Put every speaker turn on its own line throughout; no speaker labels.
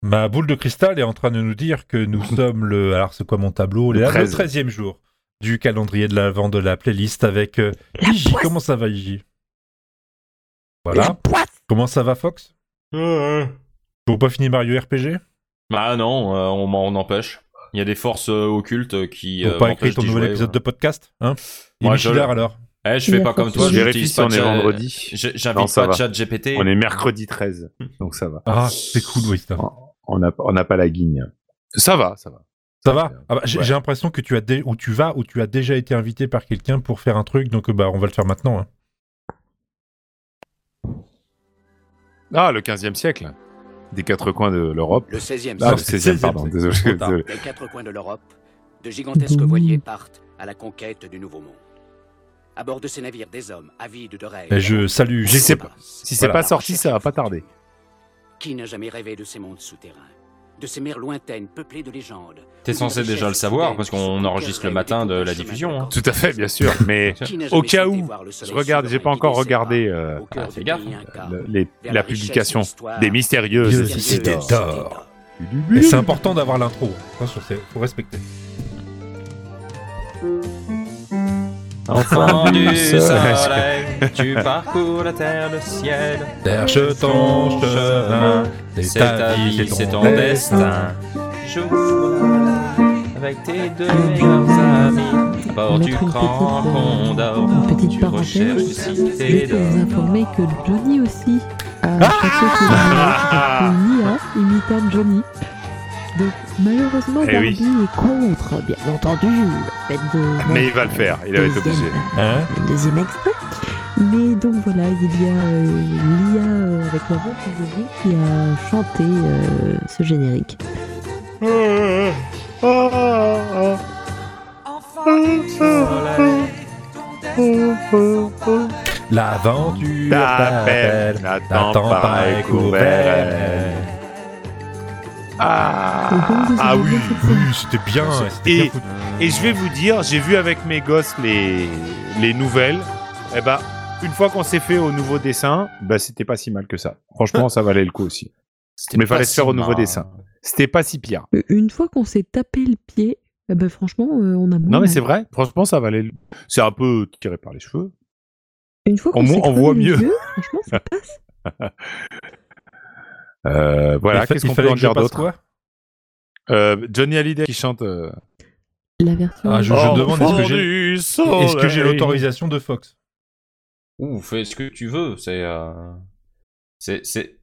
Ma boule de cristal est en train de nous dire que nous sommes le. Alors, c'est quoi mon tableau
Le
Léa Le
13e.
13e jour du calendrier de l'avant de la playlist avec euh, Iji. Comment ça va, Iji Voilà. Comment ça va, Fox Faut pas finir Mario RPG
Bah non, euh, on m'en on empêche. Il y a des forces euh, occultes euh, qui.
Faut
euh,
pas
m'empêchent
écrire ton
d'y
nouvel
jouer,
épisode de podcast hein Et
Moi, je
Michidar,
l'ai.
alors
ouais. Eh, je
Il
fais
a
pas
pas
comme
fait
toi.
ça.
Je vérifie
j'utilise
si
pas
on est
Chat-
vendredi.
J'-
Non,
J'invite
ça
pas
va.
ChatGPT.
On est mercredi 13, donc ça va.
Ah, c'est cool, Winston.
On n'a on n'a pas la guigne. Ça va, ça va.
Ça va Ah bah, J'ai
Ouais.
j'ai l'impression que tu as dé- ou tu vas ou tu as déjà été invité par quelqu'un pour faire un truc, donc euh, bah on va le faire maintenant. hein.
Ah, le 15e siècle, des quatre coins de l'Europe.
Le 16e
Ah, le
siècle,
16e, pardon,
siècle.
désolé.
Trop tard.
désolé.
des quatre coins de l'Europe, de gigantesques voiliers partent à la conquête du Nouveau Monde. À bord de ces navires, des hommes avides de rêves.
Et je salue.
Si c'est
j'écoute.
pas- si c'est pas sorti, ça va pas tarder.
Qui n'a jamais rêvé de ces mondes souterrains, de ces mers lointaines peuplées de légendes
T'es censé déjà le savoir parce qu'on enregistre le matin de la diffusion. hein.
Tout à fait, bien sûr. Mais au cas où, je regarde, j'ai pas encore regardé euh,
Ah, fais gaffe.
le- les- la publication des mystérieuses
Dieu,
cités
c'était
d'or.
d'or. Et c'est important d'avoir l'intro. Attention, c'est- faut respecter.
Enfant du soleil,
soleil,
tu parcours la terre, le ciel.
Cherche ton chemin,
C'est ta vie, c'est ton destin. Joue avec tes deux meilleurs amis. À bord
On
du
mettra une
grand
petite, euh,
condor,
Une petite
tu recherches
parenthèse.
si
Je
t'es
peux vous
d'or.
informer que Johnny aussi euh, a passé ses vidéos une IA imitant Johnny. Donc malheureusement
Eh oui. Ah,
Barbie est contre, bien entendu, le fait de...
Mais il va le faire, il va être obligé.
Hein
Le deuxième extrait. Mais donc voilà, il y a euh, l'IA euh, avec la voix du Johnny qui a chanté euh, ce générique.
L'aventure
T'appelles,
t'appelle,
n'attends
t'attends
pas,
pas et
écouvre.
Donc, comme
Ah,
vous
ah
savez
oui.
bien, cette
Oui,
scène-
c'était bien,
Et-
c'était bien foutu.
Et je vais vous dire, j'ai vu avec mes gosses les, les nouvelles. Eh ben, une fois qu'on s'est fait au nouveau dessin, bah, c'était pas si mal que ça. Franchement, ça valait le coup aussi. Mais fallait se faire au nouveau dessin. C'était pas si pire.
Euh, Une fois qu'on s'est tapé le pied, eh ben, franchement, euh, on
Non,
a moins
mais
Mm.
mal.
c'est vrai. Franchement, ça valait le C'est un peu tiré par les cheveux.
Une fois
Au
qu'on
moins,
s'est
on voit
creusé les
mieux.
yeux, franchement, ça passe.
Euh, voilà,
Il fa-
qu'est-ce
il
qu'on
fallait
peut en
que je
dire
passe
d'autre
quoi
Euh, Johnny Hallyday qui chante. euh,
La version.
Ah, je-
Au
demande, est-ce que
fond
j'ai-
du
Est-ce que j'ai
soleil.
l'autorisation de Fox
Ouh, fais ce que tu veux, c'est. euh, C'est. c'est-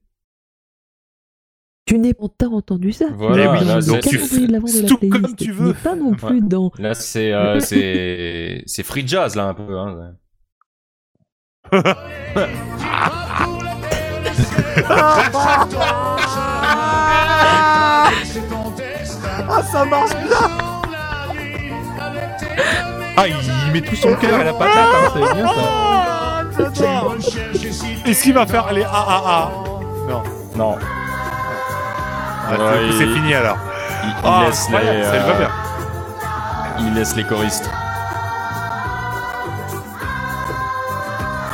Tu n'es pas t'as entendu ça.
Voilà,
Tu n'es
là,
pas
c'est-
dans le
tu
calendrier de l'avant de la
fais tout
playlist.
comme tu veux.
n'es pas non plus
Ouais.
dans.
Là, c'est. euh, c'est. C'est free jazz, là, un peu. hein.
Ah, il met tout son cœur à la patate, hein, c'est bien ça.
Est-ce qu'il va faire les ah ah ah
Non.
Ah,
Ouais,
c'est- C'est
il-
fini alors.
Il, il
Ah,
laisse les.
incroyable, ça lui va
euh,
bien.
Il laisse les choristes.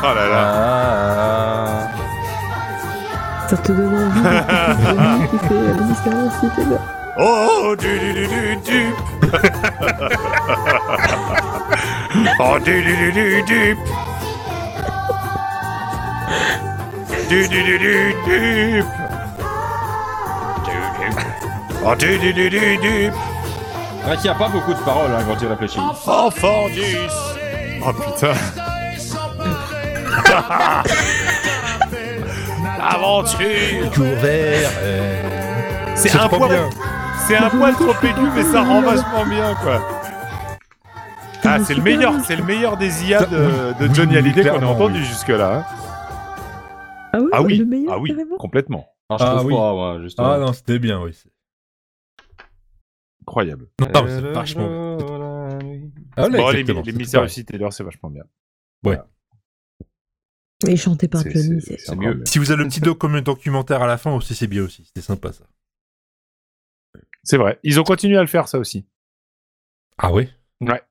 Oh là là.
Ah.
Ça te donne envie de qui fait euh, le mystérieux cité de-
Oh, du du du du du. oh, du du du du du. Du du du du du. Oh, du du du du du.
C'est vrai qu'il n'y a pas beaucoup de paroles hein, quand tu réfléchis.
Enfant du. Oh putain. Aventure.
Tour vert. euh,
C'est
c'est
un
trop
poil.
bien.
C'est un poil trop aigu, mais ça rend vachement bien, quoi. Ah, c'est le meilleur, c'est le meilleur des IA de, de Johnny
Oui,
Hallyday qu'on a
clairement,
entendu
oui.
jusque-là. hein.
Ah oui,
Ah oui,
le meilleur,
ah oui,
carrément.
complètement.
Non, je
Ah
trouve
oui.
pas, moi, justement.
Ah non, c'était bien, oui.
Incroyable.
Non, mais c'est vachement bien. Ah, là,
Bon, les,
exactement,
les
c'était
mystères
pareil.
aussi, Taylor, c'est vachement bien.
Et chanté par
C'est-
Johnny.
c'est-
c'est-
c'est encore
mieux.
Si vous avez le petit doc comme un documentaire à la fin aussi, c'est bien aussi. C'était sympa ça.
C'est vrai. Ils ont continué à le faire, ça aussi.
Ah oui
Il y a-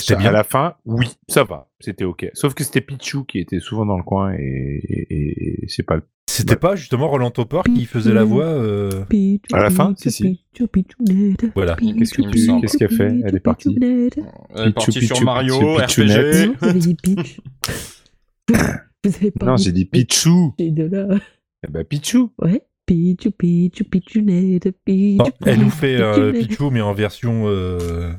C'était bien.
À la fin, oui, ça va. C'était OK. Sauf que c'était Pichou qui était souvent dans le coin et, et- et- et c'est pas le
C'était pas justement Roland Topor qui faisait la voix euh,
À la fin, si, si.
Voilà.
Qu'est-ce
que tu- qu'est-ce
qu'elle fait Elle est partie.
Elle est partie
Pichu,
sur
pichu,
Mario,
pichu,
RPG.
Non, vous avez dit pitch. Vous avez pas
Non,
dit
j'ai dit Pichou.
pitch de là.
Eh ben, Pichou.
Ouais. Pichu, pichu, pichounette, pichu.
Non, elle nous fait euh,
pichounette.
Pichou, mais en version. euh,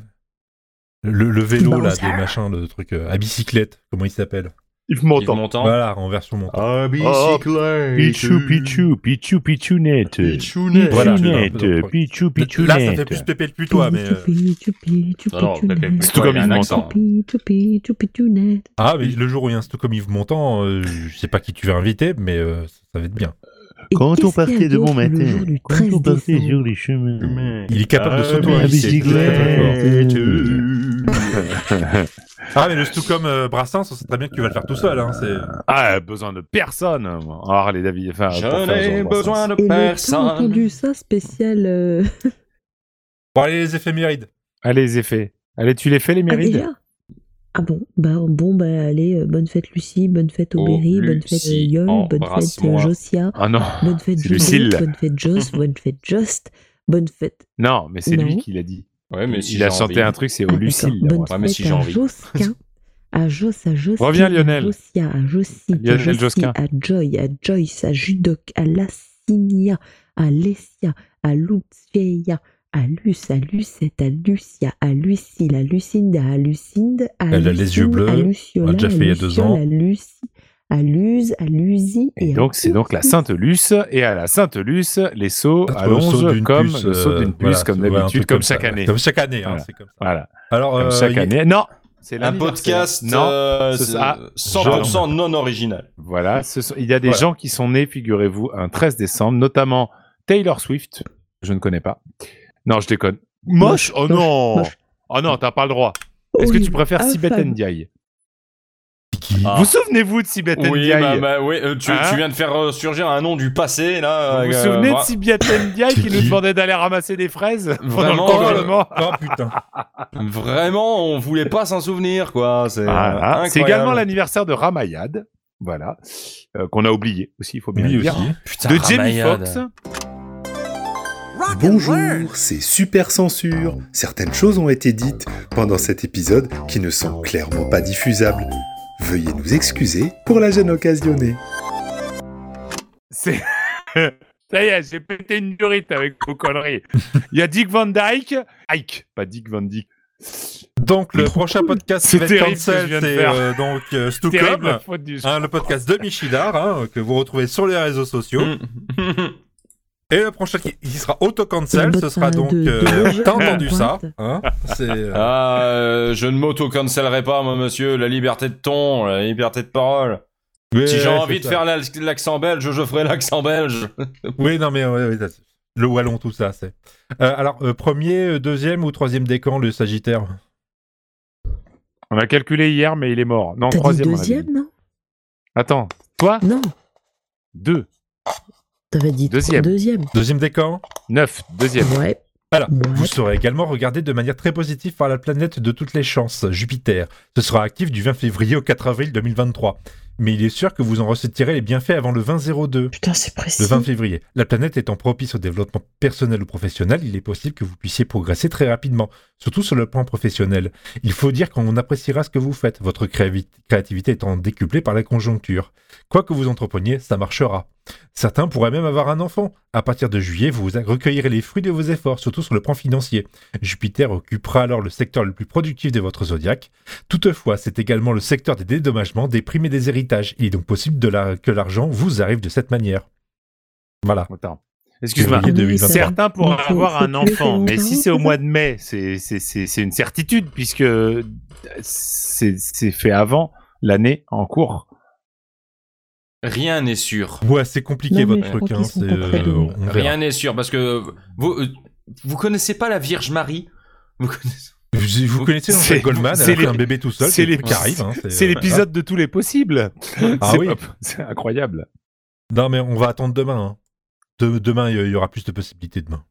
le, le vélo, là,
Bowser.
des machins, le truc. euh, à bicyclette, comment il s'appelle
Il
Yves
m'entend.
Montand.
Voilà, en version montante.
Oh.
Ah,
Pichou, Pichou, Pichou, Pichounette.
Pichounet.
Voilà.
Pichounette,
tu vois.
Pichou,
Là, ça fait
Pichounette.
plus pépé le putois, mais. euh,
Pichu, pichu,
Non, non,
pichounette.
Pépé,
C'est tout comme
il a
Yves
un
Montand.
accent.
Pichu, pichu, pichounette.
Ah, mais le jour où il y a un stock comme Yves Montand, euh, je sais pas qui tu vas inviter, mais euh, ça, ça va être bien.
Et
Quand on
qu'est-ce qu'il y
partait
a
de bon
d'autre le
matin,
jour du
quand
13
on partait
décembre
sur les chemins,
Il est capable de
Ah,
la
s'auto-inviter. c'est très, très fort.
bicyclette.
Ah, mais le Stucom euh, Brassens, on sait très bien que tu vas le faire tout seul. Hein, c'est...
Ah, besoin de personne. Ah, Harley David. Enfin, pour faire Jean
Je n'ai
Brassens.
besoin de
Et le temps entendu
personne.
ça spécial. euh,
Bon, allez, les éphémérides.
Allez, les effets. Allez, tu les fais, les
Ah,
mérides
déjà Ah bon bah, Bon, bah, allez, euh, bonne fête Lucie, bonne fête
Oh,
Aubéry, bonne fête
Lucie,
Yol, bonne fête euh,
embrasse-moi.
Josia,
Ah non.
bonne fête
C'est
Juliette,
Lucille.
bonne fête Joss, bonne fête Just, bonne fête.
Non, mais c'est
Non.
lui qui l'a dit.
Ouais, mais si
il a
j'ai
chanté
envie.
un truc, c'est
Ah,
au Lucille.
d'accord,
là,
Bonne
moi.
Ouais, mais si
fête hein.
j'ai
à
envie.
Josquin, à Jos, à Josquin,
Reviens,
à
Lionel.
Josia, à Josie, à
Lionel Josquin.
à Joy, à Joyce, à Judoc, à Lassinia, à Lessia, à Lutzveia, à Luce, à Lucette, à Lucia, à Lucille, à Lucinda, à Lucinde, à
Elle a les
Lucine,
yeux bleus.
à Luciola,
On l'a déjà
à
fait il y a deux
Luciole,
ans.
À Lucie, à Luz, à Luzie.
Et
à
donc, c'est donc la
Lucie.
Sainte Luce. Et à la Sainte Luce, les sauts
Ah,
à
tu vois, le saut
l'onge,
d'une
comme
puce,
le saut d'une
euh,
puce,
voilà,
comme
voilà, un
d'habitude,
truc
comme
ça,
chaque
ouais.
année.
Comme chaque année, hein,
Voilà.
c'est comme ça.
Voilà.
Alors,
Comme
euh,
chaque
il-
année. Non C'est
Un
l'anniversaire.
podcast
Non
euh,
ce
c'est-
sera
100% non original.
Voilà. ce sont- Il y a des
Voilà.
gens qui sont nés, figurez-vous, un 13 décembre, notamment Taylor Swift. Je ne connais pas. Non, je déconne. Moche Oh
moche,
non
moche.
Oh non, t'as pas le droit. Est-ce que tu
Horrible,
préfères Sibeth
infâme.
Ndiaye
Qui-
Ah.
Vous souvenez-vous de Sibeth
Oui,
Ndiaye
bah, bah, oui, euh, tu,
Hein
tu viens de faire euh, surgir un nom du passé, là.
Vous vous
euh,
souvenez de
bra-
Sibeth Ndiaye
C'est
qui nous
qui
demandait d'aller ramasser des fraises pendant le
Vraiment,
confinement
Oh putain.
Vraiment, on voulait pas s'en souvenir, quoi. C'est euh,
Voilà. Ah, C'est
incroyable.
également l'anniversaire de Ramayad, voilà, euh, qu'on a oublié aussi, il faut bien
Lui
le
aussi.
dire.
Putain,
De Jamie
Ramayad.
Foxx.
Bonjour, c'est Super Censure. Certaines choses ont été dites pendant cet épisode qui ne sont clairement pas diffusables. Veuillez nous excuser pour la gêne occasionnée.
C'est. Ça y est, j'ai pété une durite avec vos conneries. Il y a Dick Van Dyke. Ike, pas Dick Van Dyke.
Donc, le prochain podcast qui
C'est
va être
terrible
cancel,
ce que je viens de
c'est
faire.
euh, donc euh,
Terrible
Stucom,
la faute du.
hein, le podcast de Michidar, hein, que vous retrouvez sur les réseaux sociaux.
Mm.
Et le prochain qui, qui sera
La
auto-cancel,
botte
ce sera
de-
donc...
de
euh,
rouge.
T'as entendu
Ouais.
ça hein C'est... euh,
Ah, euh, je ne m'auto-cancellerai pas, moi, monsieur. La liberté de ton, la liberté de parole. si
ouais,
j'ai envie
c'est
de
ça.
faire la- l'accent belge, je ferai l'accent belge.
Oui, non, mais ouais, ouais, ça, c'est- le wallon, tout ça, c'est. Euh, alors, euh, premier, euh, deuxième ou troisième décan, le Sagittaire
On a calculé hier, mais il est mort. Non,
T'as dit
troisième. on a dit.
deuxième, non
Attends, toi,
Non,
deux,
t'avais dit
Deuxième.
deuxième.
Deuxième décan
neuf, deuxième.
Ouais.
Alors,
Ouais.
vous serez également regardé de manière très positive par la planète de toutes les chances, Jupiter. Ce sera actif du 20 février au 4 avril 2023. Mais il est sûr que vous en ressentirez les bienfaits avant le 20-02,
Putain, c'est précis.
le 20 février. La planète étant propice au développement personnel ou professionnel, il est possible que vous puissiez progresser très rapidement, surtout sur le plan professionnel. Il faut dire qu'on appréciera ce que vous faites, votre créavi- créativité étant décuplée par la conjoncture. Quoi que vous entrepreniez, ça marchera. Certains pourraient même avoir un enfant. À partir de juillet, vous recueillerez les fruits de vos efforts, surtout sur le plan financier. Jupiter occupera alors le secteur le plus productif de votre zodiaque. Toutefois, c'est également le secteur des dédommagements, des primes et des héritages. Il est donc possible de la- que l'argent vous arrive de cette manière. Voilà.
Attends. Excuse-moi.
Février
Ah, mais
2023.
c'est-
Certains pourraient
Mais faut-
avoir
faut
un
tuer
enfant,
ton
mais
parent,
si c'est au
c'est
mois de mai, c'est c'est- c'est- c'est une certitude, puisque c'est c'est fait avant l'année en cours.
Rien n'est sûr.
Ouais, c'est compliqué
Non, mais
votre
je
truc.
crois
hein,
qu'ils sont
c'est,
pas très
euh,
loin.
on verra.
Rien n'est sûr, parce que vous, euh, vous connaissez pas la Vierge Marie Vous connaissez...
Vous, vous connaissez Jean-Jacques
C'est-
Goldman, elle
c'est
a fait
les-
un bébé tout seul,
c'est
c'est
les-
les qui arrive. hein,
C'est l'épisode de tous les possibles.
Ah
C'est
oui.
pas- C'est incroyable.
Non, mais on va attendre demain. hein. De- demain, il y aura plus de possibilités demain.